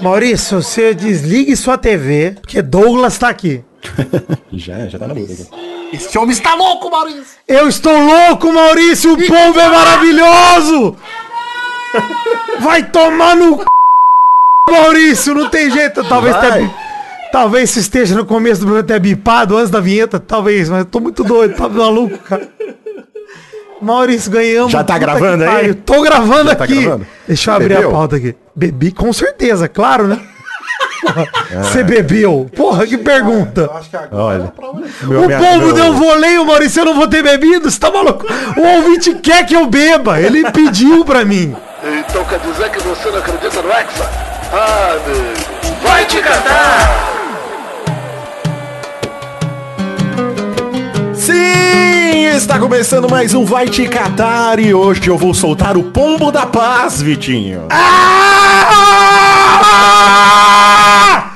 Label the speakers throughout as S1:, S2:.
S1: Maurício, você desligue sua TV, porque Douglas tá aqui.
S2: Já, já tá na boca.
S3: Esse homem está louco, Maurício!
S1: Eu estou louco, Maurício! O pombo é maravilhoso! Vai tomar no c... Maurício, não tem jeito, talvez
S2: Vai.
S1: até bi- Talvez isso esteja no começo do programa até bipado, antes da vinheta, talvez, mas eu tô muito doido, tá maluco, cara. Maurício, ganhamos.
S2: Já tá
S1: Puta que
S2: gravando aí?
S1: pariu. Tô gravando
S2: tá
S1: aqui.
S2: gravando?
S1: Deixa eu abrir
S2: Bebeu?
S1: a pauta aqui. Bebi com certeza, claro, né? Porra, Você bebeu? Porra, que pergunta.
S2: Olha.
S1: O povo deu um voleio, Maurício, eu não vou ter bebido? Você tá maluco? O ouvinte quer que eu beba, ele pediu pra mim.
S3: Então quer dizer que você não acredita no Hexa? Ah, amigo. Vai te cantar!
S2: Sim, está começando mais um Vai Te Catar e hoje eu vou soltar o Pombo da Paz, Vitinho.
S1: Ah!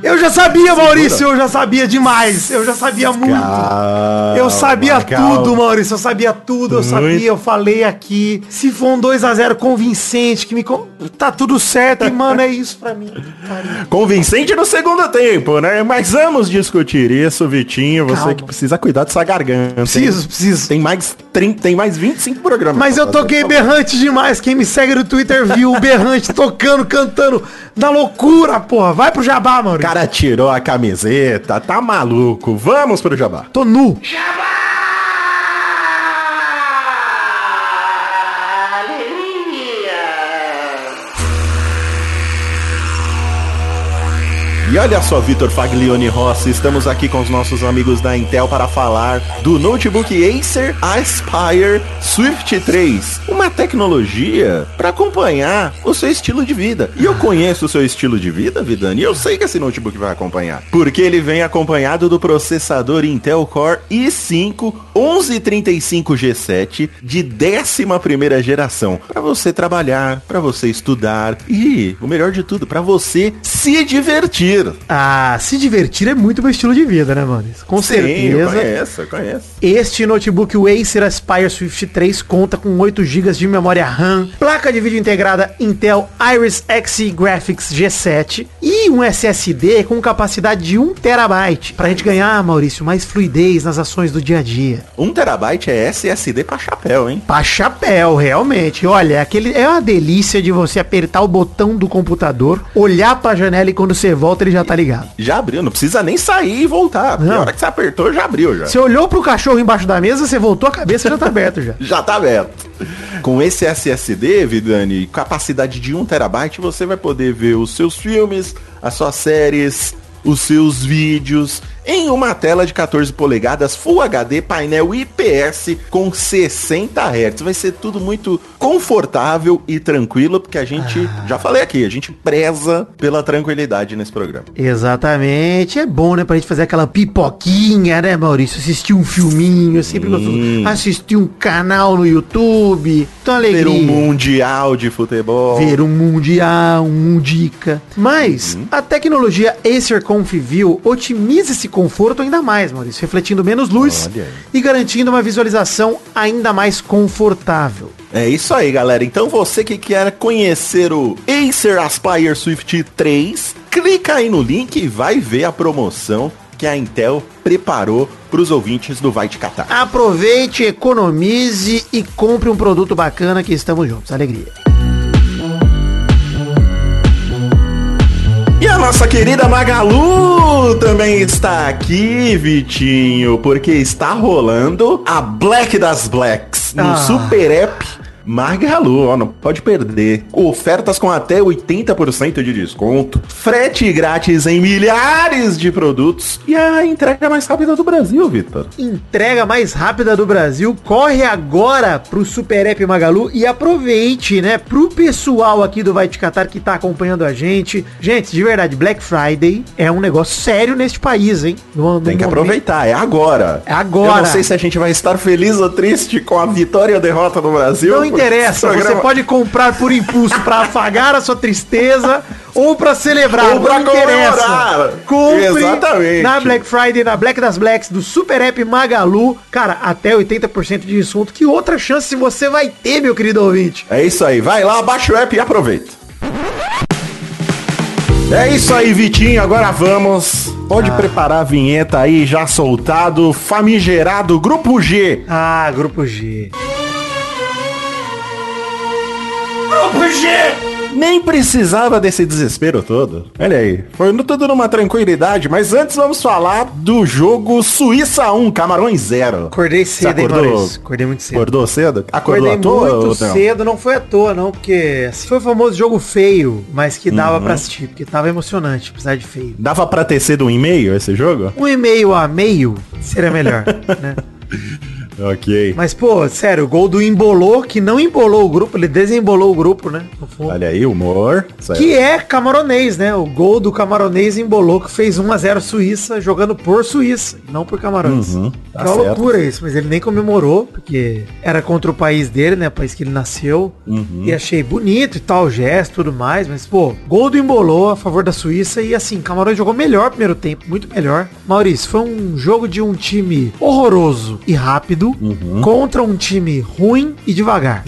S1: Eu já sabia, Maurício, eu já sabia demais, eu já sabia muito.
S2: Ah,
S1: Eu sabia
S2: Macau.
S1: tudo, Maurício, eu sabia tudo, eu
S2: Muito.
S1: sabia, eu falei aqui. Se for um 2x0 convincente, que me... con- Tá tudo certo, e, mano, é isso pra mim. Pariu.
S2: Convincente no segundo tempo, né? Mas vamos discutir isso, Vitinho. Você
S1: Calma.
S2: que precisa cuidar dessa garganta. hein?
S1: Preciso, preciso.
S2: Tem mais 30, tem mais 25 programas.
S1: Mas
S2: pra
S1: eu
S2: fazer,
S1: toquei
S2: por favor.
S1: berrante demais. Quem me segue no Twitter viu o berrante tocando, cantando. Da loucura, porra. Vai pro jabá,
S2: O
S1: Maurício.
S2: cara tirou a camiseta, tá maluco. Vamos pro Jabá.
S1: tô nu.
S2: E olha só, Vitor Faglione Rossi, estamos aqui com os nossos amigos da Intel para falar do notebook Acer Aspire Swift 3, uma tecnologia para acompanhar o seu estilo de vida. E eu conheço o seu estilo de vida, Vidani, e eu sei que esse notebook vai acompanhar, porque ele vem acompanhado do processador Intel Core i5 1135G7 de 11ª geração, para você trabalhar, para você estudar e, o melhor de tudo, para você se divertir.
S1: Ah, se divertir é muito meu estilo de vida, né, Maurício? Com certeza.
S2: Conheço, conheço.
S1: Este notebook o Acer Aspire Swift 3 conta com 8 GB de memória RAM, placa de vídeo integrada Intel Iris Xe Graphics G7 e um SSD com capacidade de 1 TB. Pra gente ganhar, Maurício, mais fluidez nas ações do dia a dia.
S2: Um terabyte é SSD pra chapéu, hein?
S1: Pra chapéu, realmente. Olha, é aquele é uma delícia de você apertar o botão do computador, olhar pra janela e quando você volta ele já tá ligado.
S2: Já abriu, não precisa nem sair e voltar. porque A
S1: Não.
S2: hora que você apertou, já abriu já.
S1: Você olhou pro cachorro embaixo da mesa, você voltou a cabeça já tá aberto já.
S2: Já tá aberto. Com esse SSD, Vidani, capacidade de 1 terabyte, você vai poder ver os seus filmes, as suas séries, os seus vídeos em uma tela de 14 polegadas Full HD, painel IPS com 60 Hz. Vai ser tudo muito confortável e tranquilo, porque a gente,
S1: Ah.
S2: já falei aqui, a gente preza pela tranquilidade nesse programa.
S1: Exatamente. É bom, né, pra gente fazer aquela pipoquinha, né, Maurício? Assistir um filminho, é sempre gostoso. Assistir um canal no YouTube. Tô alegria.
S2: Ter um mundial de futebol.
S1: ver um mundial, um mundica. Mas a tecnologia Acer ConfView otimiza esse conforto ainda mais, Maurício, refletindo menos luz
S2: Olha aí.
S1: e garantindo uma visualização ainda mais confortável.
S2: É isso aí, galera. Então você que quer conhecer o Acer Aspire Swift 3, clica aí no link e vai ver a promoção que a Intel preparou para os ouvintes do Vai Te Catar.
S1: Aproveite, economize e compre um produto bacana que estamos juntos. Alegria.
S2: E a nossa querida Magalu também está aqui, Vitinho, porque está rolando a Black das Blacks no
S1: Ah.
S2: Super App Magalu, ó, não pode perder. Ofertas com até 80% de desconto, frete grátis em milhares de produtos e a entrega mais rápida do Brasil, Vitor.
S1: Entrega mais rápida do Brasil, corre agora pro Super App Magalu e aproveite, né? Pro pessoal aqui do Vai Te Catar que tá acompanhando a gente. Gente, de verdade, Black Friday é um negócio sério neste país, hein? No- no
S2: Tem que
S1: momento-
S2: aproveitar, é agora.
S1: É agora.
S2: Eu não sei se a gente vai estar feliz ou triste com a vitória ou derrota do Brasil.
S1: Não interessa,
S2: Programa-
S1: você pode comprar por impulso pra afagar a sua tristeza ou pra celebrar,
S2: Ou pra
S1: não interessa.
S2: comemorar.
S1: Compre
S2: Exatamente.
S1: na Black Friday, na Black das Blacks, do Super App Magalu. Cara, até 80% de desconto. Que outra chance você vai ter, meu querido ouvinte?
S2: É isso aí, vai lá, baixa o app e aproveita. É isso aí, Vitinho. Agora vamos. Pode
S1: Ah.
S2: preparar a vinheta aí, já soltado, famigerado, Grupo G.
S1: Ah, grupo G.
S2: Grupo G! Nem precisava desse desespero todo. Olha aí, foi no- tudo numa tranquilidade, mas antes vamos falar do jogo Suíça 1, Camarões 0.
S1: Acordei cedo, hein,
S2: acordou?
S1: Maurício? Acordei muito cedo.
S2: Acordou cedo? Acordou
S1: Acordei
S2: à toa?
S1: muito
S2: ou não?
S1: cedo, não foi à toa, não, porque assim, foi o famoso jogo feio, mas que
S2: Uhum.
S1: dava pra assistir, porque tava emocionante, apesar de feio.
S2: Dava pra ter sido um e-mail esse jogo?
S1: Um e-mail a meio seria melhor, né?
S2: Ok.
S1: Mas, pô, sério, o gol do embolou, que não embolou o grupo, ele desembolou o grupo, né? No fundo.
S2: Olha aí, humor. Certo.
S1: Que é camaronês, né? O gol do camaronês embolou, que fez 1x0 Suíça, jogando por Suíça, não por camarões.
S2: Uhum, tá
S1: é uma
S2: certo.
S1: loucura isso, mas ele nem comemorou, porque era contra o país dele, né? O país que ele nasceu.
S2: Uhum.
S1: E achei bonito e tal, o gesto e tudo mais, mas, pô, gol do embolou a favor da Suíça e, assim, Camarões jogou melhor primeiro tempo, muito melhor. Maurício, foi um jogo de um time horroroso e rápido
S2: Uhum.
S1: contra um time ruim e devagar.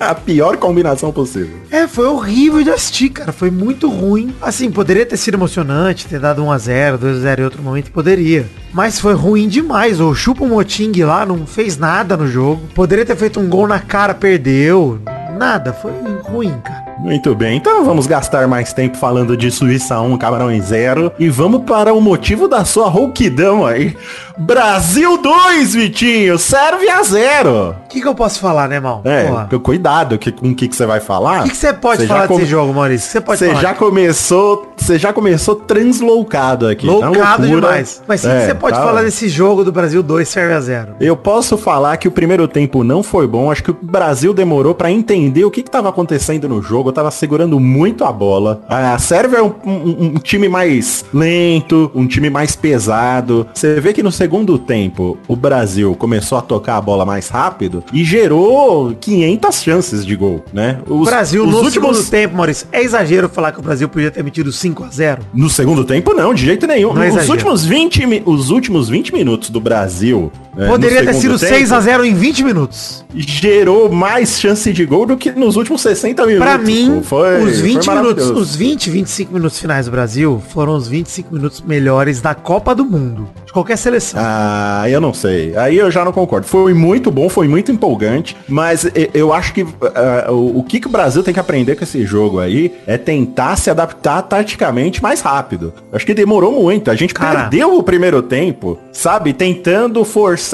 S2: A pior combinação possível.
S1: É, foi horrível de assistir, cara. Foi muito ruim. Assim, poderia ter sido emocionante, ter dado 1x0, 2x0 em outro momento, poderia. Mas foi ruim demais. O Chupa Moting lá não fez nada no jogo. Poderia ter feito um gol na cara, perdeu. Nada, foi ruim, cara.
S2: Muito bem, então vamos gastar mais tempo falando de Suíça 1, Camarões 0 e vamos para o motivo da sua rouquidão aí. Brasil 2, Vitinho, serve a zero.
S1: O que, que eu posso falar, né, mal?
S2: É,
S1: Porra.
S2: cu- cuidado que, com o que, que você vai falar.
S1: O que que você pode
S2: Você já
S1: falar
S2: come-
S1: desse jogo, Maurício? O que Você pode
S2: Você
S1: falar.
S2: já começou, você já começou transloucado aqui. tá
S1: Loucado
S2: loucura.
S1: demais. Mas o que
S2: É,
S1: que você pode
S2: tá-
S1: falar desse jogo do Brasil 2 serve a zero?
S2: Eu posso falar que o primeiro tempo não foi bom. Acho que o Brasil demorou pra entender o que estava acontecendo no jogo. Tava segurando muito a bola. A Sérvia é um, um- um time mais lento, um time mais pesado. Você vê que no segundo tempo o Brasil começou a tocar a bola mais rápido e gerou 500 chances de gol, né?
S1: O
S2: Os-
S1: Brasil
S2: os
S1: no
S2: últimos
S1: segundo tempo, Maurício. É exagero falar que o Brasil podia ter metido 5x0.
S2: No segundo tempo, não, de jeito nenhum.
S1: Não é
S2: os,
S1: exagero.
S2: últimos 20, mi- os últimos 20 minutos do Brasil. né, no
S1: Poderia ter sido
S2: segundo tempo,
S1: 6x0 em 20 minutos.
S2: gerou mais chance de gol do que nos últimos 60 minutos.
S1: Pra mim,
S2: pô. Foi-
S1: os
S2: foi
S1: 20 minutos,
S2: maravilhoso.
S1: os 20, 25 minutos finais do Brasil foram os 25 minutos melhores da Copa do Mundo, de qualquer seleção.
S2: Ah, eu não sei. Aí eu já não concordo. Foi muito bom, foi muito empolgante, mas e- eu acho que ah, o o que, que o Brasil tem que aprender com esse jogo aí é tentar se adaptar taticamente mais rápido. Eu Acho que demorou muito. A gente
S1: Cara.
S2: perdeu o primeiro tempo, sabe? Tentando forçar.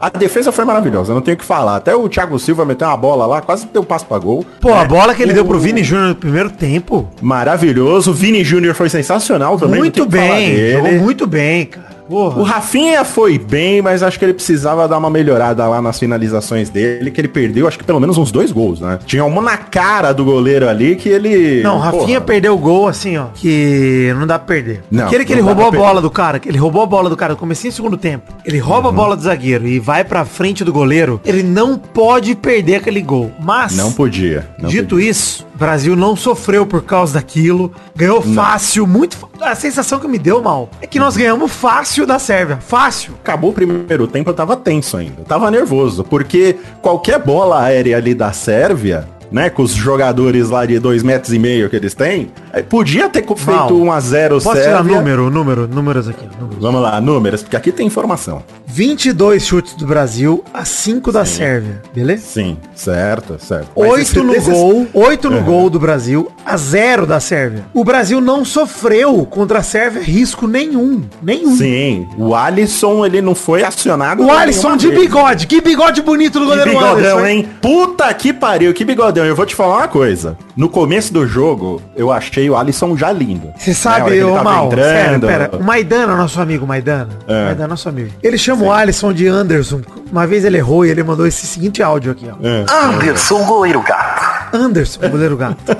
S2: A defesa foi maravilhosa, não tenho o que falar. Até o Thiago Silva meteu uma bola lá, quase deu um passo pra gol.
S1: Pô, a bola que ele
S2: o-
S1: deu pro Vini Júnior no primeiro tempo,
S2: Maravilhoso. O Vini Júnior foi sensacional também. não tem
S1: muito
S2: o que falar
S1: bem,
S2: dele.
S1: jogou muito bem, cara.
S2: O
S1: Porra.
S2: Rafinha foi bem, mas acho que ele precisava dar uma melhorada lá nas finalizações dele, que ele perdeu, acho que pelo menos uns dois gols, né? Tinha uma na cara do goleiro ali que ele.
S1: Não, o Rafinha
S2: Porra.
S1: perdeu o gol assim, ó, que não dá pra perder.
S2: Não,
S1: Aquele que
S2: não
S1: ele
S2: dá
S1: roubou a
S2: pra
S1: bola do cara, que ele roubou a bola do cara no comecinho do segundo tempo. Ele rouba
S2: Uhum.
S1: a bola do zagueiro e vai pra frente do goleiro, ele não pode perder aquele gol. Mas
S2: Não podia. não
S1: Dito
S2: podia.
S1: isso, o Brasil não sofreu por causa daquilo, ganhou fácil, muito. fa- A sensação que me deu mal é que nós ganhamos fácil da Sérvia, fácil.
S2: Acabou o primeiro tempo, eu tava tenso ainda. Eu tava nervoso, porque qualquer bola aérea ali da Sérvia, né, com os jogadores lá de dois metros e meio que eles têm, eh, podia ter co-
S1: Mal.
S2: feito 1 a 0
S1: Posso tirar número, número, números aqui. ó, números.
S2: Vamos lá, números, porque aqui tem informação.
S1: 22 chutes do Brasil a 5 da Sérvia, beleza?
S2: Sim, certo, certo. Mas
S1: 8 no
S2: esses-
S1: gol, 8 no
S2: Uhum.
S1: gol do Brasil, a 0 da Sérvia. O Brasil não sofreu contra a Sérvia risco nenhum, nenhum.
S2: Sim, o Alisson, ele não foi acionado.
S1: O
S2: nenhuma
S1: Alisson de
S2: vez.
S1: bigode, que bigode bonito do
S2: Que
S1: goleiro Alisson,
S2: bigodão, hein? Puta que pariu, que bigodão. Eu vou te falar uma coisa. No começo do jogo, eu achei o Alisson já lindo.
S1: Você
S2: Na hora que
S1: sabe,
S2: ele
S1: ô
S2: tava
S1: Mal, sério,
S2: entrando.
S1: pera, o Maidana, nosso amigo Maidana,
S2: É.
S1: Maidana, nosso amigo, ele chama o Alisson de Anderson, uma vez ele errou e ele mandou esse seguinte áudio aqui, ó.
S2: É.
S3: Anderson Goleiro Gato.
S1: Anderson, goleiro gato.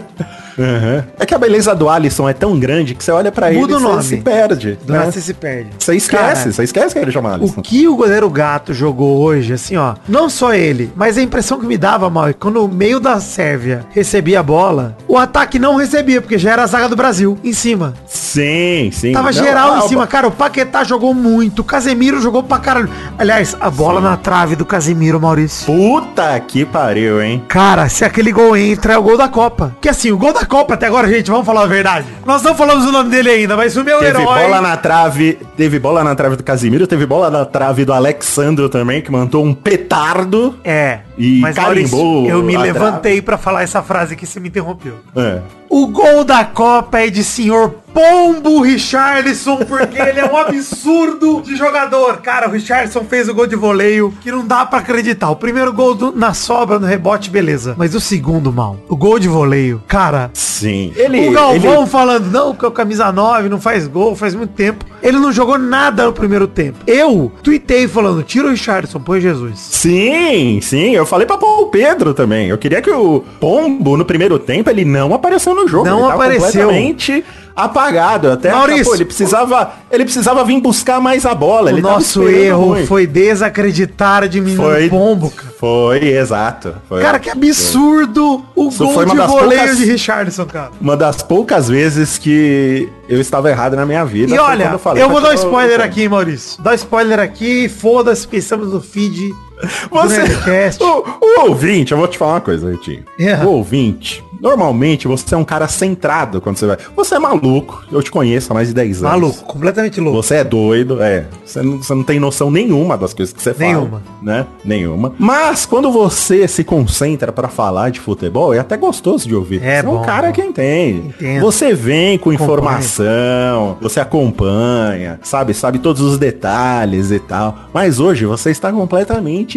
S2: Uhum. É que a beleza do Alisson é tão grande que você olha pra
S1: Muda
S2: ele
S1: o
S2: e
S1: nome.
S2: você se perde.
S1: Do
S2: né?
S1: nada É. você se perde.
S2: Você esquece,
S1: Cara,
S2: você esquece que ele chama Alisson.
S1: o que o goleiro gato jogou hoje, assim, ó, não só ele, mas a impressão que me dava, Mal, é que quando o meio da Sérvia recebia a bola, o ataque não recebia, porque já era a zaga do Brasil, em cima.
S2: Sim, sim.
S1: Tava
S2: Não,
S1: geral
S2: ah,
S1: em cima, cara. O Paquetá jogou muito. O Casemiro jogou pra caralho. Aliás, a bola na trave do Casemiro, Maurício.
S2: Puta que pariu, hein?
S1: Cara, se aquele gol entra, é o gol da Copa. Que assim, o gol da da Copa até agora, gente, vamos falar a verdade. Nós não falamos o nome dele ainda, mas o meu
S2: Teve
S1: herói.
S2: bola na trave, teve bola na trave do Casimiro, teve bola na trave do Alexandro também, que mandou um petardo.
S1: É,
S2: E
S1: mas Maurício,
S2: carimbou
S1: eu me
S2: a trave.
S1: levantei pra falar essa frase que você me interrompeu.
S2: É.
S1: O gol da Copa é de senhor Pombo Richarlison, porque ele é um absurdo de jogador. Cara, o Richarlison fez o gol de voleio que não dá pra acreditar. O primeiro gol do- na sobra, no rebote, beleza. Mas o segundo, mal. O gol de voleio, cara.
S2: Sim. Ele,
S1: o Galvão
S2: ele-
S1: falando, não, que é o camisa 9, não faz gol, faz muito tempo. Ele não jogou nada no primeiro tempo. Eu tuitei falando, tira o Richardson, põe Jesus.
S2: Sim, sim, eu falei pra pôr o Pedro também. Eu queria que o Pombo, no primeiro tempo, ele não apareceu no jogo.
S1: Não
S2: ele tava
S1: apareceu.
S2: completamente apagado. Até
S1: Maurício,
S2: ele precisava, ele precisava vir buscar mais a bola.
S1: O
S2: ele tava
S1: nosso
S2: esperando
S1: erro
S2: muito.
S1: foi desacreditar de menino
S2: Foi-
S1: pombo, cara.
S2: Foi, exato. Foi.
S1: Cara, que absurdo o
S2: Isso
S1: gol
S2: foi uma
S1: de
S2: das
S1: voleio
S2: poucas-
S1: de Richardson, cara.
S2: Uma das poucas vezes que eu estava errado na minha vida.
S1: E
S2: foi
S1: olha,
S2: quando
S1: eu,
S2: falei então, pra
S1: vou dar um
S2: tirar o-
S1: spoiler aqui, hein, Maurício. Dá um spoiler aqui, foda-se, pensamos no feed
S2: Você,
S1: do Nerdcast.
S2: o, o ouvinte, eu vou te falar uma coisa, Ritinho.
S1: É.
S2: O ouvinte, normalmente você é um cara centrado quando você vai. Você é maluco, eu te conheço há mais de 10 anos.
S1: Maluco, completamente louco.
S2: Você é doido, é. Você não, você não tem noção nenhuma das coisas que você fala.
S1: Nenhuma.
S2: Né? Nenhuma. Mas quando você se concentra pra falar de futebol, é até gostoso de
S1: É
S2: ouvir. você é
S1: bom,
S2: um cara
S1: bom.
S2: que entende.
S1: Entendo.
S2: Você vem com
S1: Acompanha.
S2: informação, você acompanha, sabe? Sabe todos os detalhes e tal. Mas hoje você está completamente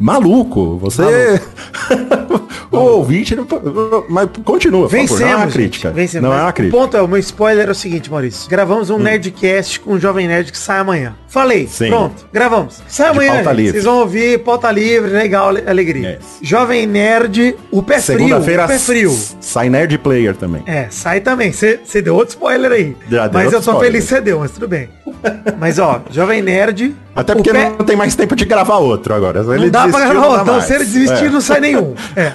S2: maluco. Você... o ouvinte... não- Mas continua, por favor.
S1: Vencemos,
S2: Não é uma
S1: gente,
S2: crítica.
S1: vencemos.
S2: Não é
S1: Mas
S2: uma crítica. Hum.
S1: O ponto é, o meu spoiler é o seguinte, Maurício. Gravamos um Nerdcast com um Jovem Nerd que sai amanhã. Falei,
S2: Sim.
S1: pronto, gravamos. Sai amanhã,
S2: pauta
S1: gente.
S2: livre.
S1: vocês vão ouvir, pauta livre, legal, ale- alegria.
S2: Yes.
S1: Jovem Nerd, o pé frio, o
S2: Segunda-feira
S1: pé frio.
S2: sai Nerd Player também.
S1: É, sai também. Você deu outro spoiler aí.
S2: Já dei
S1: mas
S2: outro
S1: eu tô
S2: spoiler.
S1: feliz que você deu, mas tudo bem. mas ó, Jovem Nerd.
S2: Até
S1: o
S2: porque
S1: pé-
S2: não tem mais tempo de gravar outro agora. Ele
S1: não dá pra
S2: desistiu,
S1: gravar
S2: não dá
S1: outro. Então,
S2: mais.
S1: se ele desistir,
S2: É.
S1: não sai nenhum. É.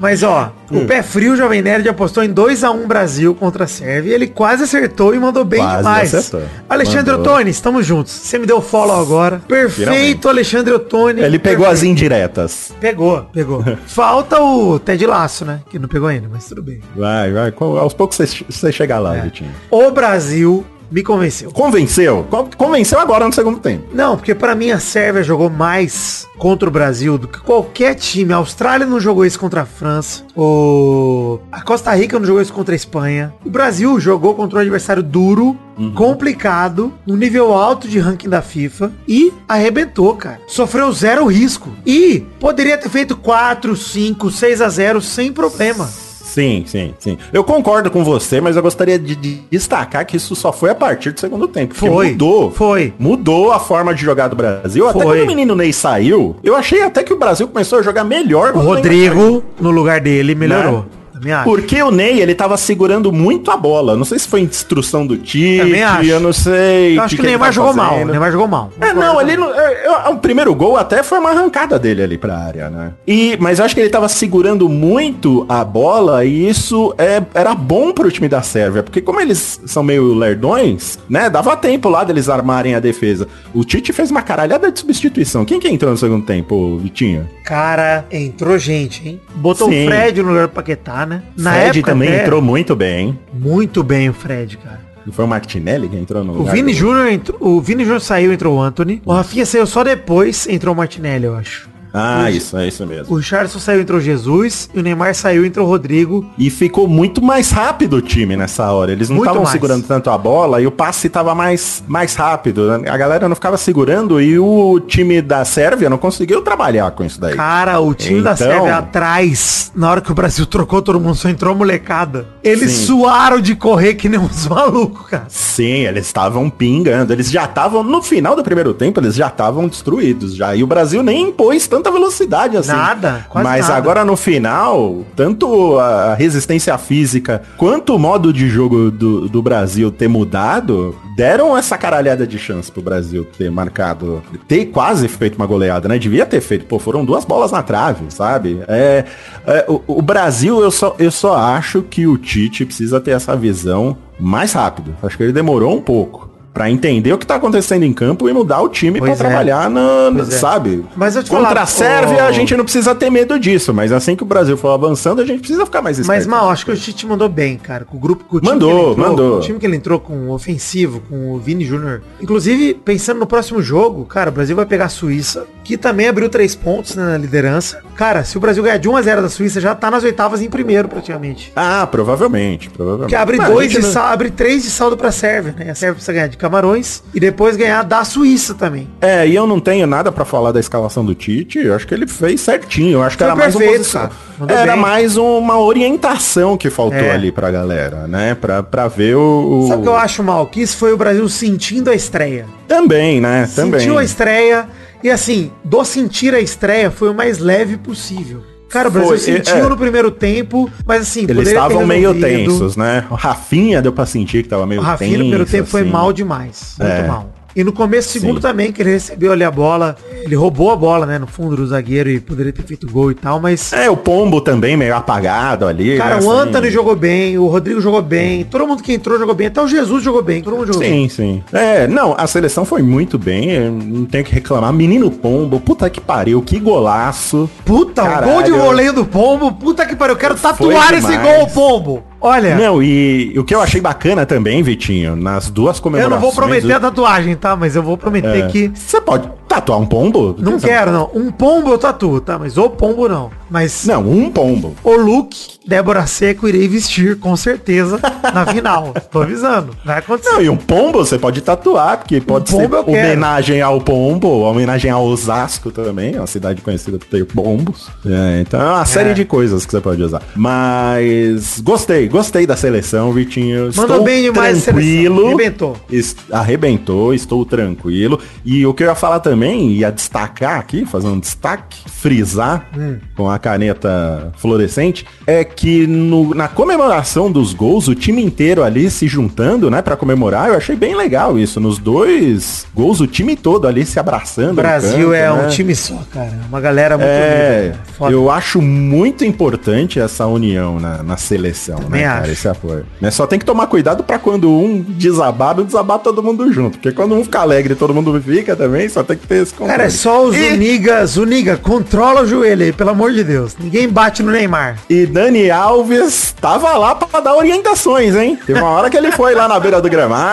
S1: Mas, ó,
S2: Hum.
S1: o pé frio, o Jovem Nerd apostou em 2x1 Brasil contra a Sérvia. Ele quase acertou e mandou bem
S2: Quase
S1: demais.
S2: acertou.
S1: Alexandre
S2: Mandou.
S1: Ottoni, estamos juntos. Você me deu follow agora. Perfeito,
S2: Finalmente.
S1: Alexandre Ottoni.
S2: Ele pegou
S1: Perfeito.
S2: as indiretas.
S1: Pegou, pegou. Falta o Ted Laço, né? Que não pegou ainda, mas tudo bem.
S2: Vai, vai. Qual- Aos poucos você- você chega
S1: É.
S2: lá, Vitinho.
S1: O Brasil me convenceu.
S2: Convenceu. Con- Convenceu agora no segundo tempo.
S1: Não, porque pra mim a Sérvia jogou mais contra o Brasil do que qualquer time. A Austrália não jogou isso contra a França. O... A Costa Rica não jogou isso contra a Espanha. O Brasil jogou contra um adversário duro,
S2: Uhum.
S1: complicado, um nível alto de ranking da FIFA e arrebentou, cara. Sofreu zero risco. E poderia ter feito 4, 5, 6 a 0 sem problema.
S2: Sim, sim, sim. Eu concordo com você, mas eu gostaria de de destacar que isso só foi a partir do segundo tempo. porque
S1: Foi.
S2: Mudou.
S1: Foi.
S2: Mudou a forma de jogar do Brasil. Até
S1: Foi.
S2: quando o menino Ney saiu, eu achei até que o Brasil começou a jogar melhor.
S1: O
S2: quando Ney
S1: Rodrigo, no lugar dele, melhorou.
S2: Né?
S1: Também acho.
S2: Porque o Ney, ele tava segurando muito a bola. Não sei se foi instrução do Tite,
S1: Também acho.
S2: eu não sei.
S1: Eu Então, acho que o
S2: ele
S1: Neymar
S2: tá
S1: jogou mal. O
S2: fazendo.
S1: Neymar jogou mal.
S2: É, não, ele não, é, é, o primeiro gol até foi uma arrancada dele ali pra área, né? E, mas eu acho que ele tava segurando muito a bola e isso é, era bom pro time da Sérvia, porque como eles são meio lerdões, né? Dava tempo lá deles armarem a defesa. O Tite fez uma caralhada de substituição. Quem que entrou no segundo tempo, Vitinho?
S1: Cara, entrou gente, hein? Botou o
S2: Sim.
S1: Fred no lugar do Paquetá, né? Na
S2: Fred
S1: época
S2: também
S1: até,
S2: entrou muito bem.
S1: muito bem o Fred, cara.
S2: Não foi o Martinelli que entrou no
S1: O
S2: lugar
S1: Vini
S2: do-
S1: Júnior entrou, o Vini Júnior saiu, entrou o Anthony. O Rafinha saiu só depois, entrou o Martinelli, eu acho.
S2: Ah, isso, é isso mesmo.
S1: O Richardson saiu, entrou o Jesus, e o Neymar saiu, entrou o Rodrigo.
S2: E ficou muito mais rápido o time nessa hora. Eles não
S1: Muito
S2: estavam
S1: mais.
S2: segurando tanto a bola e o passe tava mais, mais rápido. né? A galera não ficava segurando e o time da Sérvia não conseguiu trabalhar com isso daí.
S1: Cara, o time da
S2: Então-
S1: Sérvia atrás, na hora que o Brasil trocou todo mundo, só entrou a molecada. Eles
S2: Sim.
S1: suaram de correr que nem uns malucos, cara.
S2: Sim, eles estavam pingando. Eles já estavam, no final do primeiro tempo, eles já estavam destruídos já. E o Brasil nem impôs tanta velocidade assim.
S1: Nada, quase
S2: Mas
S1: nada.
S2: agora no final, tanto a resistência física quanto o modo de jogo do, do Brasil ter mudado, deram essa caralhada de chance pro Brasil ter marcado, ter quase feito uma goleada, né? Devia ter feito. Pô, foram duas bolas na trave, sabe? É, é, o, o Brasil, eu só, eu só acho que o Tite precisa ter essa visão mais rápido. Acho que ele demorou um pouco. Pra entender o que tá acontecendo em campo e mudar o time pra
S1: Pois é.
S2: trabalhar na, na-
S1: Pois é.
S2: sabe?
S1: Mas eu te
S2: Contra
S1: falar,
S2: a Sérvia,
S1: ô-
S2: a gente não precisa ter medo disso, mas assim que o Brasil for avançando, a gente precisa ficar mais esperto.
S1: Mas, Mal, acho que o Tite mandou bem, cara. Com o grupo com o time
S2: é. Mandou,
S1: que ele entrou,
S2: mandou.
S1: Com o time que ele entrou com o ofensivo, com o Vini Júnior. Inclusive, pensando no próximo jogo, cara, o Brasil vai pegar a Suíça, que também abriu três pontos né, na liderança. Cara, se o Brasil ganhar de 1 a 0 da Suíça, já tá nas oitavas em primeiro, praticamente.
S2: Ah, provavelmente, provavelmente.
S1: Que abre
S2: Mas a
S1: dois
S2: gente
S1: de
S2: não-
S1: sal- abre três de saldo pra Sérvia, né? A Sérvia precisa ganhar de Camarões e depois ganhar da Suíça também.
S2: É, e eu não tenho nada pra falar da escalação do Tite. Eu acho que ele fez certinho. Eu acho que
S1: Foi
S2: era mais
S1: perfeito,
S2: uma posição.
S1: cara. Mandou
S2: Era
S1: bem.
S2: mais uma orientação que faltou
S1: É.
S2: ali pra galera, né? Pra, pra ver o. o-
S1: Sabe o que eu acho mal? Que isso foi o Brasil sentindo a estreia.
S2: Também, né? Também.
S1: Sentiu a estreia. E assim, do sentir a estreia foi o mais leve possível. Cara, o Brasil
S2: Foi,
S1: sentiu
S2: é.
S1: no primeiro tempo, mas assim,
S2: Eles
S1: poderia ter
S2: estavam meio
S1: resolvido.
S2: tensos, né? O Rafinha deu pra sentir que tava meio
S1: O
S2: tenso.
S1: Rafinha no primeiro tempo foi
S2: assim.
S1: mal demais. Muito
S2: É.
S1: mal. E no começo, segundo
S2: Sim.
S1: também, que ele recebeu ali a bola. Ele roubou a bola, né, no fundo do zagueiro e poderia ter feito gol e tal, mas.
S2: É, o Pombo também meio apagado ali.
S1: Cara,
S2: né?
S1: o
S2: Assim.
S1: Anthony jogou bem, o Rodrigo jogou bem, todo mundo que entrou jogou bem, até o Jesus jogou bem, todo mundo jogou bem.
S2: Sim, sim. É, não, a seleção foi muito bem, eu não tenho o que reclamar. Menino Pombo, puta que pariu, que golaço.
S1: Puta, o gol de
S2: Caralho.
S1: voleio do Pombo, puta que pariu, eu quero tatuar esse
S2: demais.
S1: gol, Pombo. Olha,
S2: Não, e o que eu achei bacana também, Vitinho, nas duas
S1: eu
S2: comemorações... É.
S1: não vou prometer a tatuagem, tá? Mas eu vou prometer que...
S2: Você pode tatuar um pombo?
S1: Não
S2: Você-
S1: quero, não. Um pombo eu tatuo, tá? Mas o pombo não. Mas
S2: tá Não, um pombo.
S1: o look, Débora Seco, irei vestir, com certeza, na final. Tô avisando, vai acontecer.
S2: Não, e um pombo você pode tatuar, porque pode
S1: Um pombo
S2: ser
S1: eu quero.
S2: homenagem ao pombo, homenagem ao Osasco também, é uma cidade conhecida por ter pombos. É, então é uma série de coisas que você pode usar. Mas gostei, gostei da seleção, Vitinho.
S1: Mandou bem demais a seleção,
S2: tranquilo.
S1: arrebentou.
S2: Es- Arrebentou, estou tranquilo. E o que eu ia falar também, ia destacar aqui, fazer um destaque, frisar
S1: Hum.
S2: com a caneta fluorescente, é que no- na comemoração dos gols, o time inteiro ali se juntando, né, pra comemorar, eu achei bem legal isso. Nos dois gols, o time todo ali se abraçando.
S1: O
S2: no
S1: Brasil
S2: canto,
S1: é um
S2: né?
S1: time só, cara. É Uma galera muito
S2: É,
S1: unida, né? foda.
S2: eu acho muito importante essa união na, na seleção,
S1: Também
S2: né, cara?
S1: acho.
S2: Esse apoio. Mas só tem que tomar cuidado pra quando um desabar, não desabar todo mundo junto. Porque quando um fica alegre e todo mundo fica também, só tem que ter esse controle.
S1: Cara, é só os
S2: e,
S1: Unigas. Uniga, controla o joelho aí, pelo amor de Deus. Ninguém bate no Neymar.
S2: e Dani Alves tava lá pra dar orientações, hein? Teve uma hora que ele foi lá na beira do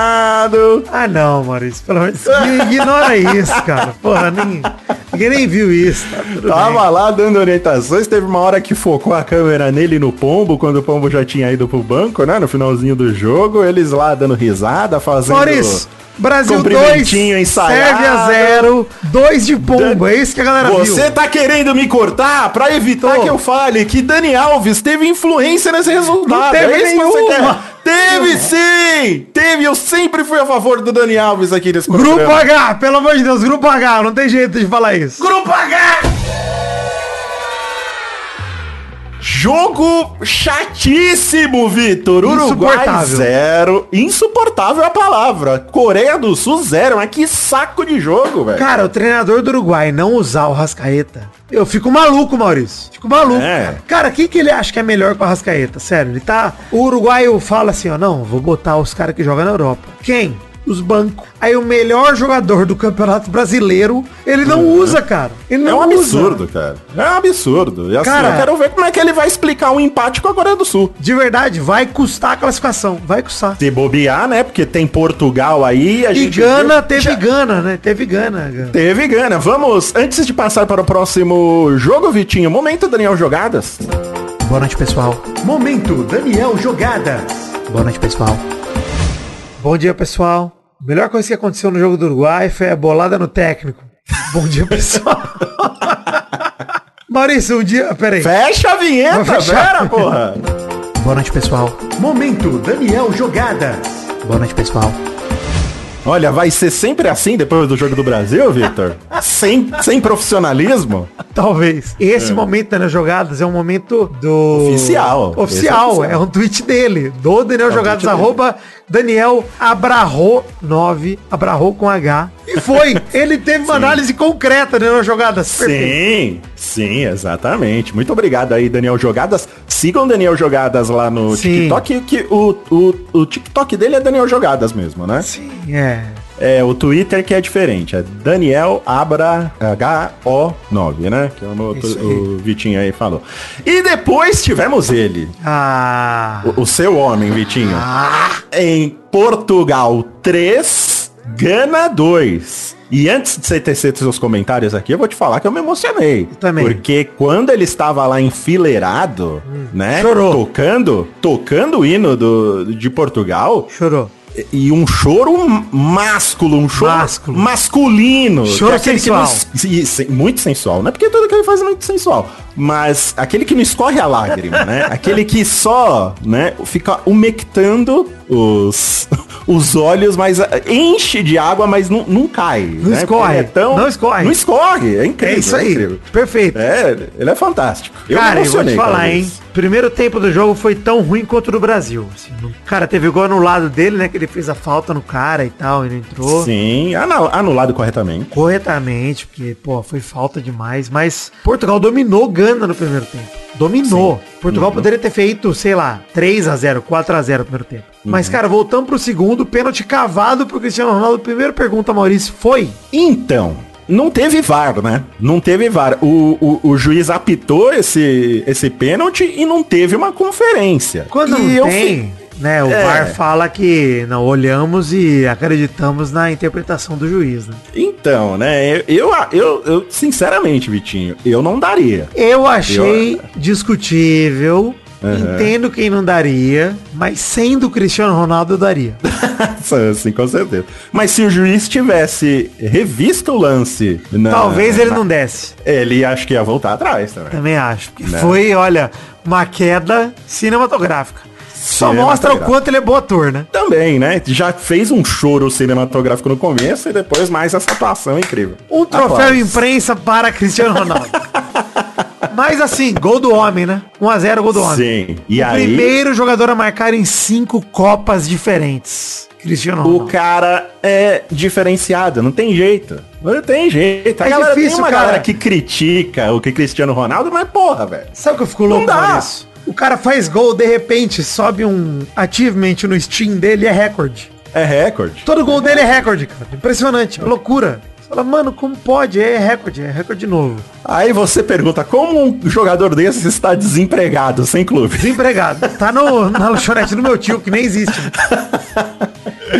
S2: gramado.
S1: Ah, não, Maurício, pelo amor de Deus. Ignora isso, cara. Porra, ninguém, ninguém nem viu isso. Tá tudo bem.
S2: Tava lá dando orientações, teve uma hora que focou a câmera nele e no pombo, quando o pombo já tinha ido pro banco, né? No finalzinho do jogo, eles lá dando risada, fazendo.
S1: Maurício, Brasil 2,
S2: Cumprimentinho ensaiado.
S1: Sérvia 0, 2 de pombo. É isso que a galera
S2: Você
S1: viu.
S2: tá querendo me cortar pra evitar
S1: Tô.
S2: que eu fale que Dani Alves teve influência nesse resultado.
S1: Não teve
S2: É isso que você
S1: nenhuma.
S2: quer? Teve sim! Teve, eu sempre fui a favor do Dani Alves aqui nesse
S1: Grupo
S2: programa.
S1: H, pelo amor de Deus, Grupo H, não tem jeito de falar isso.
S2: Grupo H! Jogo chatíssimo, Vitor. Uruguai
S1: Insuportável.
S2: zero. Insuportável a palavra. Coreia do Sul zero. Mas que saco de jogo, velho.
S1: Cara, o treinador do Uruguai não usar o Rascaeta. Eu fico maluco, Maurício. Fico maluco.
S2: É.
S1: Cara, quem que ele acha que é melhor com o Rascaeta? Sério, ele tá. O uruguaio fala assim, ó, não, vou botar os caras que jogam na Europa. Quem? Os bancos. Aí o melhor jogador do Campeonato Brasileiro, ele não usa, cara. Ele não
S2: Uhum. É um
S1: usa.
S2: absurdo, cara. É um absurdo. E assim,
S1: Cara-
S2: eu quero ver como é que ele vai explicar um empate com a Coreia do Sul.
S1: De verdade, vai custar a classificação. Vai custar.
S2: Se bobear, né? Porque tem Portugal aí. A
S1: E
S2: gente
S1: Gana
S2: viu-
S1: teve Gana, né? Teve Gana. Gana.
S2: Teve Gana. Vamos, antes de passar para o próximo jogo, Vitinho. Momento, Daniel Jogadas.
S1: Boa noite, pessoal.
S2: Momento, Daniel Jogadas.
S1: Boa noite, pessoal. Bom dia, pessoal. A melhor coisa que aconteceu no jogo do Uruguai foi a bolada no técnico. Bom dia, pessoal. Maurício, um dia. Peraí.
S2: Fecha a vinheta,
S1: Vou fechar.
S2: pera, porra.
S1: Boa noite, pessoal.
S2: Momento, Daniel Jogadas.
S1: Boa noite, pessoal.
S2: Olha, vai ser sempre assim depois do jogo do Brasil, Vitor? sem, sem profissionalismo?
S1: Talvez. Esse momento das Jogadas é um momento do.
S2: É. Oficial.
S1: Oficial.
S2: Esse é oficial.
S1: É, um tweet dele. Do Daniel
S2: um
S1: Jogadas,
S2: tweet dele.
S1: arroba Daniel Abrarro 9. Abrarro com H. E que foi. Ele teve uma análise concreta né, na jogada. Perfeito.
S2: Sim, sim, exatamente. Muito obrigado aí, Daniel Jogadas. Sigam Daniel Jogadas lá no
S1: Sim.
S2: TikTok, que o, o, o TikTok dele é Daniel Jogadas mesmo, né?
S1: Sim, é.
S2: É, o Twitter que é diferente, é Daniel Abra H-O-9, né? Que é o, meu-
S1: Isso aí.
S2: o Vitinho aí falou. E depois tivemos ele,
S1: Ah.
S2: o, o seu homem, Vitinho, Ah! em Portugal 3, Gana 2. E antes de você tecer seus comentários aqui, eu vou te falar que eu me emocionei.
S1: também.
S2: Porque quando ele estava lá enfileirado, né?
S1: Hum. Chorou.
S2: Tocando, tocando o hino do, de Portugal,
S1: Chorou.
S2: e um choro másculo, um choro
S1: Másculo.
S2: masculino.
S1: Choro
S2: que é aquele que
S1: sensual.
S2: não- sim, sim, muito sensual, não é porque tudo que ele faz é muito sensual. Mas aquele que não escorre a lágrima, né? Aquele que só, né, fica umectando os, os olhos, mas ah, enche de água, mas não, não cai. né? Não
S1: escorre, não escorre.
S2: é Não escorre, é
S1: É
S2: incrível.
S1: isso
S2: É,
S1: aí.
S2: incrível.
S1: Perfeito.
S2: É, ele é fantástico. Eu
S1: cara,
S2: me
S1: eu vou te
S2: emocionei com
S1: falar, hein?
S2: isso.
S1: Primeiro tempo do jogo foi tão ruim quanto o do Brasil. assim, não- Cara, teve gol anulado dele, né? Que ele fez a falta no cara e tal, ele entrou.
S2: Sim, anul- anulado corretamente.
S1: corretamente, porque, pô, foi falta demais, mas Portugal dominou Gana no primeiro tempo. Dominou. Portugal poderia ter feito, sei lá, 3 a 0 4 a 0 no primeiro tempo. Mas, cara, voltando pro segundo, pênalti cavado pro Cristiano Ronaldo. Primeira pergunta, Maurício, foi?
S2: Então, não teve VAR, né? Não teve VAR. O, o, o juiz apitou esse, esse pênalti e não teve uma conferência.
S1: Quando
S2: e
S1: não
S2: eu
S1: tem,
S2: fi-
S1: né, o
S2: É.
S1: VAR fala que não olhamos e acreditamos na interpretação do juiz, né?
S2: Então, né? Eu, eu, eu, eu, sinceramente, Vitinho, eu não daria.
S1: Eu achei discutível.
S2: Aham.
S1: Entendo quem não daria, mas sendo o Cristiano Ronaldo eu daria.
S2: assim, com certeza. Mas se o juiz tivesse revisto o lance... na-
S1: Talvez ele
S2: na-
S1: não desse.
S2: Ele acho que ia voltar atrás também.
S1: Também acho. Porque
S2: Né?
S1: foi, olha, uma queda cinematográfica. Só mostra o
S2: Cinematográfica.
S1: quanto ele é bom ator, né?
S2: Também, né? Já fez um choro cinematográfico no começo e depois mais essa atuação incrível.
S1: Um troféu
S2: Aplausos.
S1: imprensa para Cristiano Ronaldo. Mas assim, gol do homem, né? 1x0, gol do homem.
S2: Sim. E
S1: o
S2: aí...
S1: primeiro jogador a marcar em cinco copas diferentes. Cristiano
S2: O
S1: Ronaldo.
S2: cara é diferenciado, não tem jeito. Não tem jeito. A
S1: É
S2: galera,
S1: difícil,
S2: tem uma
S1: cara.
S2: galera que critica o que Cristiano Ronaldo, mas porra, velho.
S1: Sabe o que eu fico louco,
S2: Não dá.
S1: Maurício? O cara faz gol, de repente, sobe um achievement no Steam dele, é recorde.
S2: É recorde.
S1: Todo gol dele é recorde, cara. Impressionante, loucura. Você fala, mano, como pode? É recorde, é recorde novo.
S2: Aí você pergunta, como um jogador desse está desempregado, sem clube?
S1: Desempregado. Tá no, na lanchonete do meu tio, que nem existe.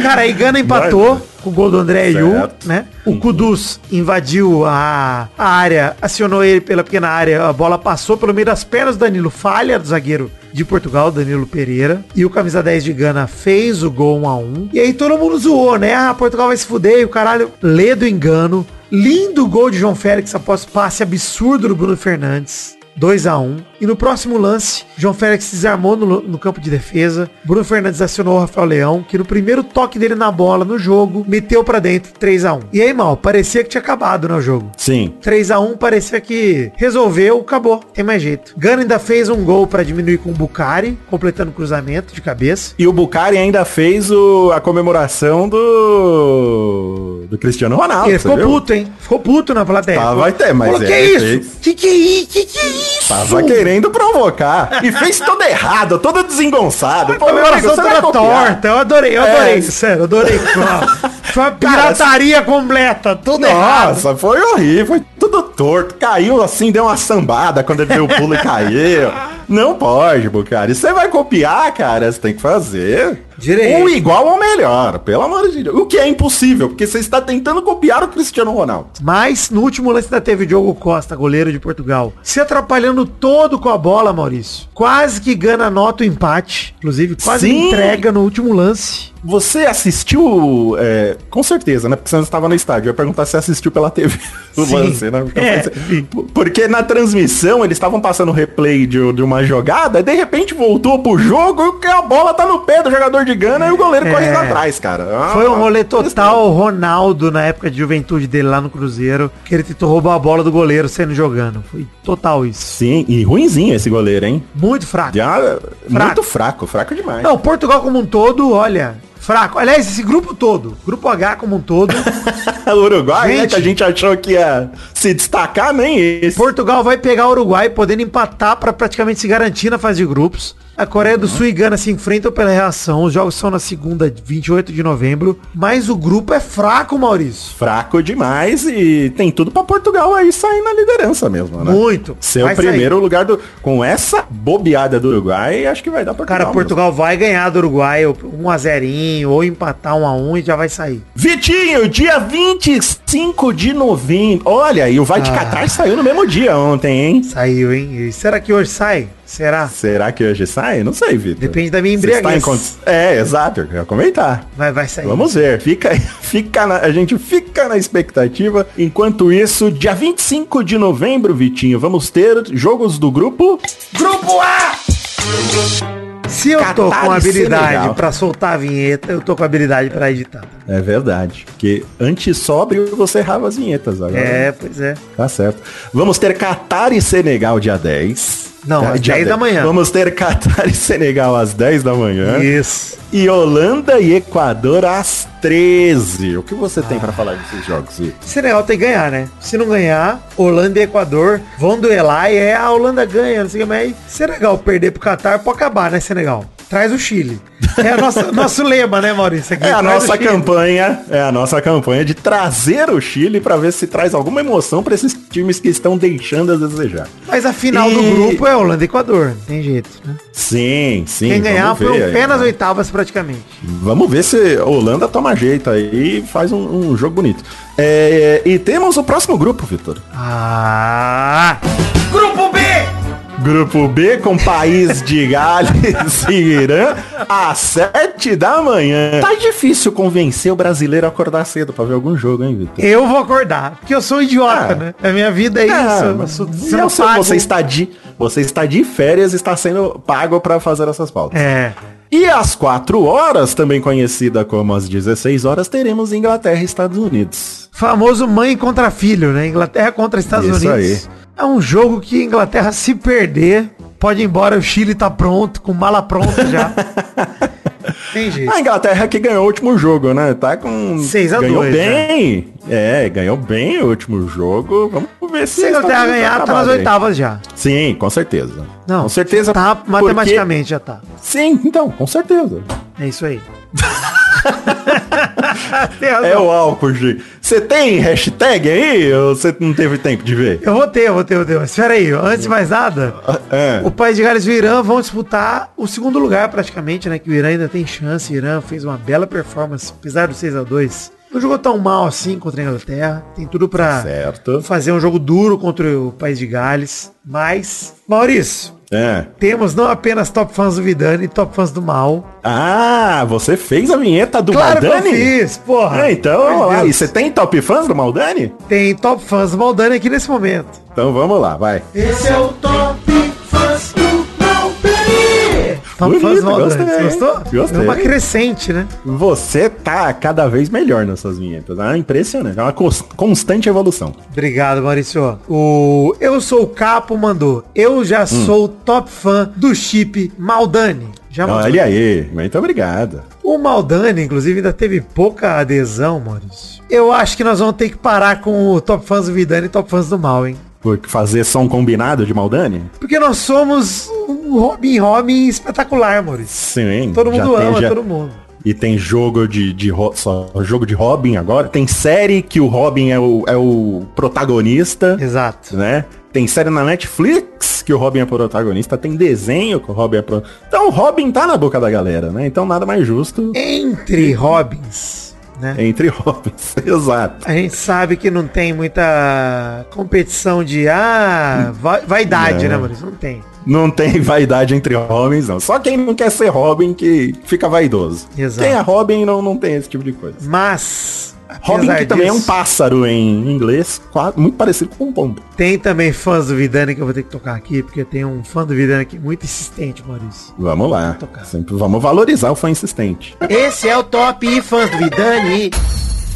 S1: Cara, aí Gana empatou com o gol do André Yu,
S2: Certo.
S1: né? O Kudus invadiu a, a área, acionou ele pela pequena área, a bola passou pelo meio das pernas do Danilo. Falha do zagueiro de Portugal, Danilo Pereira. E o camisa 10 de Gana fez o gol 1 a 1 E aí todo mundo zoou, né? Ah, Portugal vai se fuder, e o caralho. Lê do engano. Lindo gol de João Félix após passe absurdo do Bruno Fernandes. 2 a 1 E no próximo lance, João Félix desarmou no, no campo de defesa. Bruno Fernandes acionou o Rafael Leão, que no primeiro toque dele na bola no jogo, meteu pra dentro 3 a 1 E aí, mal, parecia que tinha acabado né, o jogo.
S2: Sim.
S1: 3 a 1 parecia que resolveu, acabou, tem mais jeito. Gana ainda fez um gol pra diminuir com o Bucari, completando o cruzamento de cabeça.
S2: E o Bucari ainda fez o- a comemoração do do Cristiano Ronaldo.
S1: ele
S2: Ah, você
S1: ficou
S2: viu?
S1: puto, hein? Ficou puto na plateia.
S2: Tá, vai ter, mas
S1: Falou,
S2: é,
S1: que
S2: ele
S1: isso?
S2: fez.
S1: Que que é isso? Que que é isso?
S2: Tava querendo provocar. E fez todo errado, todo desengonçado. Pô, meu amigo,
S1: comemoração
S2: você vai
S1: toda
S2: copiar?
S1: torta. Eu adorei, eu adorei.
S2: É.
S1: Sério, eu adorei. Foi uma- Foi uma
S2: Cara,
S1: pirataria completa. Tudo errado.
S2: Nossa, foi horrível, foi tudo torto. Caiu assim, deu uma sambada quando ele deu o pulo e caiu. Não pode, Bucari. Você vai copiar, cara, você tem que fazer.
S1: Direito.
S2: Ou igual ou melhor, pelo amor de Deus. O que é impossível, porque você está tentando copiar o Cristiano Ronaldo.
S1: Mas no último lance ainda teve Diogo Costa, goleiro de Portugal, se atrapalhando todo com a bola, Maurício. Quase que Gana anota o empate. Inclusive, quase
S2: Sim.
S1: entrega no último lance.
S2: Você assistiu, é, com certeza, né? Porque você não estava no estádio. Eu ia perguntar se você assistiu pela TV o
S1: Sim.
S2: lance, né? Porque, eu
S1: É,
S2: pensei- porque na transmissão eles estavam passando o replay de, de uma jogada, e de repente voltou pro jogo e a bola tá no pé do jogador de Gana e o goleiro
S1: É.
S2: correndo atrás, cara. Ah,
S1: Foi um rolê total Ronaldo na época de juventude dele lá no Cruzeiro, que ele tentou roubar a bola do goleiro saindo jogando. Foi total isso.
S2: Sim, e ruinzinho esse goleiro, hein?
S1: Muito fraco.
S2: Já- Muito fraco, fraco demais.
S1: Não, Portugal como um todo, olha, Fraco. Aliás, esse grupo todo, grupo H como um todo,
S2: O Uruguai, né,
S1: Gente.
S2: que a gente achou que ia se destacar, nem esse.
S1: Portugal vai pegar o Uruguai, podendo empatar para praticamente se garantir na fase de grupos. A Coreia
S2: Uhum.
S1: do Sul e Gana se enfrentam pela reação. Os jogos são na segunda, 28 de novembro. Mas o grupo é fraco, Maurício.
S2: Fraco demais e tem tudo pra Portugal aí sair na liderança mesmo, né?
S1: Muito.
S2: Ser
S1: Vai
S2: o
S1: sair.
S2: primeiro lugar do... Com essa bobeada do Uruguai, acho que vai dar um Portugal.
S1: Cara,
S2: mesmo.
S1: Portugal vai ganhar do Uruguai, ou um a zerinho, ou empatar um a um e já vai sair.
S2: Vitinho, dia 25 de novembro. Olha, e o Vai de
S1: Ah.
S2: Catar saiu no mesmo dia ontem, hein?
S1: Saiu, hein? E será que hoje sai? Será?
S2: Será que hoje sai? Não sei, Vitor.
S1: Depende da minha
S2: Você está
S1: embriaguez.
S2: em condi- É, exato, eu ia comentar.
S1: Vai, vai sair.
S2: Vamos ver, fica, fica na- a gente fica na expectativa. Enquanto isso, dia 25 de novembro, Vitinho, vamos ter jogos do grupo. Grupo A!
S1: Se eu tô
S2: Catar
S1: com
S2: e
S1: habilidade
S2: Senegal.
S1: pra soltar a vinheta, eu tô com habilidade pra editar.
S2: É verdade, porque antes sóbrio você errava as vinhetas agora.
S1: É, pois é.
S2: Tá certo. Vamos ter Catar e Senegal dia 10.
S1: Não,
S2: Tá,
S1: às
S2: dia
S1: 10 da manhã.
S2: Vamos ter Catar e Senegal às 10 da manhã. E,
S1: Isso.
S2: Holanda e Equador às 13. O que você tem pra falar desses jogos, Vitor?
S1: Senegal tem que ganhar, né? Se não ganhar, Holanda e Equador vão duelar e é a Holanda ganha, não sei o que, mas aí Senegal perder pro Catar pode acabar, né, Senegal? Traz o Chile. É a nossa, nosso lema, né, Maurício? Aqui,
S2: É a
S1: traz o
S2: nossa
S1: Chile.
S2: campanha, é a nossa campanha de trazer o Chile pra ver se traz alguma emoção pra esses times que estão deixando a desejar.
S1: Mas a final do
S2: E-
S1: grupo é Holanda e Equador, não tem jeito, né?
S2: Sim, sim.
S1: Quem ganhar
S2: vamos ver
S1: foi um
S2: aí,
S1: pé nas
S2: né?
S1: oitavas praticamente.
S2: Vamos ver se a Holanda toma jeito aí e faz um, um jogo bonito. É, e temos o próximo grupo, Vitor.
S1: Ah!
S2: Grupo B com País de Gales e Irã às 7 da manhã. Tá difícil convencer o brasileiro a acordar cedo pra ver algum jogo, hein, Vitor?
S1: Eu vou acordar, porque eu sou um idiota,
S2: Ah.
S1: né? A minha vida é isso. eu
S2: mas
S1: sou-
S2: se
S1: se eu
S2: você,
S1: pago-
S2: você está de, você está de férias e está sendo pago para fazer essas pautas.
S1: É.
S2: E às 4 horas, também conhecida como as 16 horas, teremos Inglaterra e Estados Unidos.
S1: Famoso mãe contra filho, né? Inglaterra contra Estados
S2: Isso
S1: Unidos. É um jogo que a Inglaterra se perder, pode ir embora, o Chile tá pronto, com mala pronta já. Tem jeito.
S2: A Inglaterra é que ganhou o último jogo, né? Tá com...
S1: Seis a
S2: ganhou
S1: dois, né?
S2: bem. É, ganhou bem o último jogo. Vamos ver se...
S1: Se a Inglaterra
S2: Estados Unidos
S1: ganhar, tá nas
S2: acabado, hein?
S1: oitavas já.
S2: Sim, com certeza.
S1: Não,
S2: com certeza.
S1: Tá,
S2: porque-
S1: matematicamente já tá.
S2: Sim, então, com certeza.
S1: É isso aí. Tem razão.
S2: É o álcool, G. Você tem hashtag aí? Ou você não teve tempo de ver?
S1: Eu vou ter, eu vou ter, eu vou ter. Mas espera aí, antes de mais nada,
S2: É.
S1: o País de Gales e o Irã vão disputar o segundo lugar praticamente, né? Que o Irã ainda tem chance. O Irã fez uma bela performance, apesar do 6x2. Não jogou tão mal assim contra a Inglaterra. Tem tudo pra
S2: Certo.
S1: fazer um jogo duro contra o País de Gales. Mas, Maurício,
S2: É.
S1: temos não apenas top fãs do Vidani, top fãs do mal.
S2: Ah, você fez a vinheta do
S1: Claro que eu
S2: Maldani?
S1: fiz, porra.
S2: É,
S1: Meu
S2: então, ah, e
S1: Deus.
S2: você tem top fãs do Maldani?
S1: Tem top fãs do Maldani aqui nesse momento.
S2: Então vamos lá, vai.
S1: Esse é o top fãs do Maldani. Top
S2: Bonito,
S1: fãs do Maldani.
S2: gostei,
S1: Você
S2: hein?
S1: gostou?
S2: Gostei.
S1: É uma crescente, né?
S2: Você tá cada vez melhor nessas vinhetas. Ah, impressionante. É uma cons- constante evolução.
S1: Obrigado, Maurício. O Eu Sou o Capo mandou. Eu já
S2: Hum.
S1: sou top fã do chip Maldani. Já mandou.
S2: Olha aí. Muito obrigado.
S1: O Maldani, inclusive, ainda teve pouca adesão, Maurício. Eu acho que nós vamos ter que parar com o top fãs do Vidani e top fãs do mal, hein?
S2: Por fazer som combinado de Maldani?
S1: Porque nós somos um Robin Robin espetacular, Maurício.
S2: Sim.
S1: Todo
S2: já
S1: mundo
S2: tem-
S1: ama,
S2: já-
S1: todo mundo.
S2: E tem jogo de, de ro- só jogo de Robin agora. Tem série que o Robin é o, é o protagonista,
S1: Exato.
S2: né? Tem série na Netflix que o Robin é protagonista. Tem desenho que o Robin é protagonista. Então o Robin tá na boca da galera, né? Então nada mais justo
S1: Entre Robins, né?
S2: entre Robins. Exato.
S1: A gente sabe que não tem muita competição de ah, va- vaidade,
S2: Não.
S1: né, Maurício? Não tem.
S2: Não tem vaidade entre homens, não. Só quem não quer ser Robin que fica vaidoso.
S1: Exato.
S2: Quem é Robin não, não tem esse tipo de coisa.
S1: Mas.
S2: Robin,
S1: apesar
S2: que também é um
S1: disso,
S2: pássaro em inglês, qua- muito parecido com um pombo.
S1: Tem também fãs do Vidani que eu vou ter que tocar aqui, porque tem um fã do Vidani aqui muito insistente, Maurício.
S2: Vamos lá. Sempre vamos valorizar o fã insistente.
S1: Esse é o top fãs do Vidani.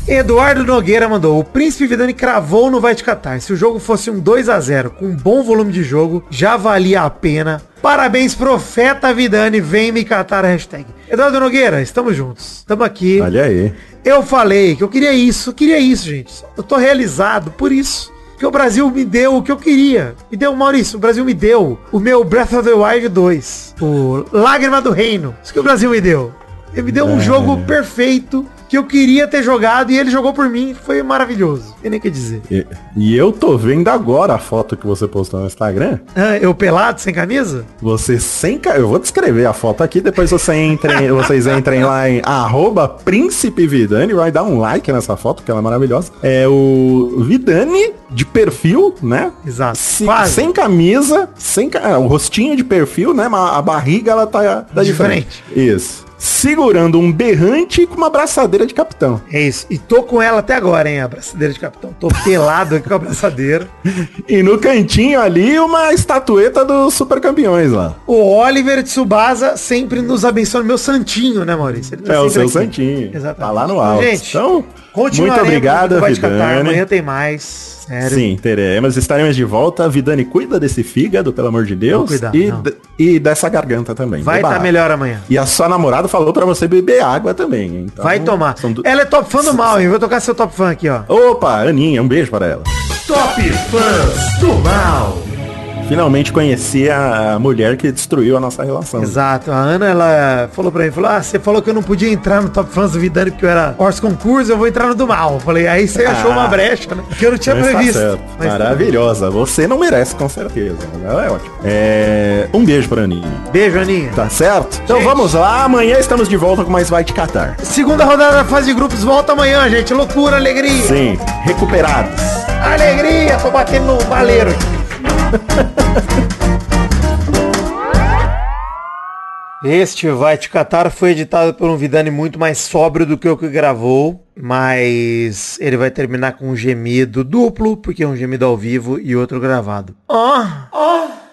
S1: Eduardo Nogueira mandou, o Príncipe Vidani cravou no Vai Te Catar. Se o jogo fosse um 2 a 0 com um bom volume de jogo, já valia a pena. Parabéns, profeta Vidani, vem me catar a hashtag. Eduardo Nogueira, estamos juntos. Estamos aqui.
S2: Olha aí.
S1: Eu falei que eu queria isso, eu queria isso, gente. Eu tô realizado por isso. Que o Brasil me deu o que eu queria. Me deu, Maurício, o Brasil me deu o meu Breath of the Wild 2. O Lágrima do Reino. Isso que o Brasil me deu. Ele me deu um jogo perfeito que eu queria ter jogado e ele jogou por mim. Foi maravilhoso. Não tem nem o que dizer.
S2: E, e eu tô vendo agora a foto que você postou no Instagram.
S1: Ah, Eu pelado, sem camisa?
S2: Você sem ca... Eu vou descrever a foto aqui, depois você entrem, vocês entrem lá em arroba Príncipe Vidani, vai dar um like nessa foto, que ela é maravilhosa. É o Vidani de perfil, né?
S1: Exato.
S2: Se-
S1: Quase.
S2: sem camisa, sem ca- ah, o rostinho de perfil, né? Mas a barriga ela tá, tá
S1: De
S2: de frente. Isso. Segurando um berrante com uma abraçadeira de capitão.
S1: É isso. E tô com ela até agora, hein, a braçadeira de capitão. Tô pelado aqui com a braçadeira.
S2: E no cantinho ali uma estatueta dos super campeões lá.
S1: O Oliver Tsubasa sempre nos abençoa, meu santinho, né, Maurício? Ele tá
S2: É o
S1: sempre
S2: seu
S1: aqui.
S2: santinho.
S1: Exatamente.
S2: Tá lá no alto.
S1: Gente,
S2: então, muito
S1: Continuaremos
S2: obrigado,
S1: no Vai Te Catar. Amanhã
S2: Vidani.
S1: tem mais. Sério.
S2: Sim, teremos. Estaremos de volta. Vidani, cuida desse fígado, pelo amor de Deus.
S1: cuidar,
S2: e,
S1: não.
S2: d- e dessa garganta também.
S1: Vai
S2: Beba
S1: estar
S2: água.
S1: melhor amanhã.
S2: E a sua namorada falou pra você beber água também. hein? Então,
S1: Vai tomar.
S2: são du-
S1: Ela é top fã do mal, hein? Vou tocar seu top fã aqui, ó.
S2: Opa, Aninha, um beijo para ela.
S1: Top fãs do mal.
S2: Finalmente conheci a mulher que destruiu a nossa relação.
S1: Exato. A Ana, ela falou pra mim, falou, ah, você falou que eu não podia entrar no Top Fãs do Vidani porque eu era Horse Concurso, eu vou entrar no do mal. Eu Falei, aí você achou
S2: Ah.
S1: uma brecha, né? Que eu não tinha
S2: Mas tá
S1: previsto.
S2: certo.
S1: Mas tá
S2: Maravilhosa. Você não merece, com certeza. Ela é ótima. É... Um beijo pra Aninha.
S1: bem. Beijo, Aninha.
S2: Tá certo? Então
S1: Gente.
S2: vamos lá. Amanhã estamos de volta com mais Vai Te Catar.
S1: Segunda rodada da fase de grupos volta amanhã, gente. Loucura, alegria.
S2: Sim, recuperados.
S1: Alegria, tô batendo um no baleiro. Este Vai Te Catar foi editado por um Vidani muito mais sóbrio do que o que gravou, mas ele vai terminar com um gemido duplo, porque é um gemido ao vivo e outro gravado. Ó, ó,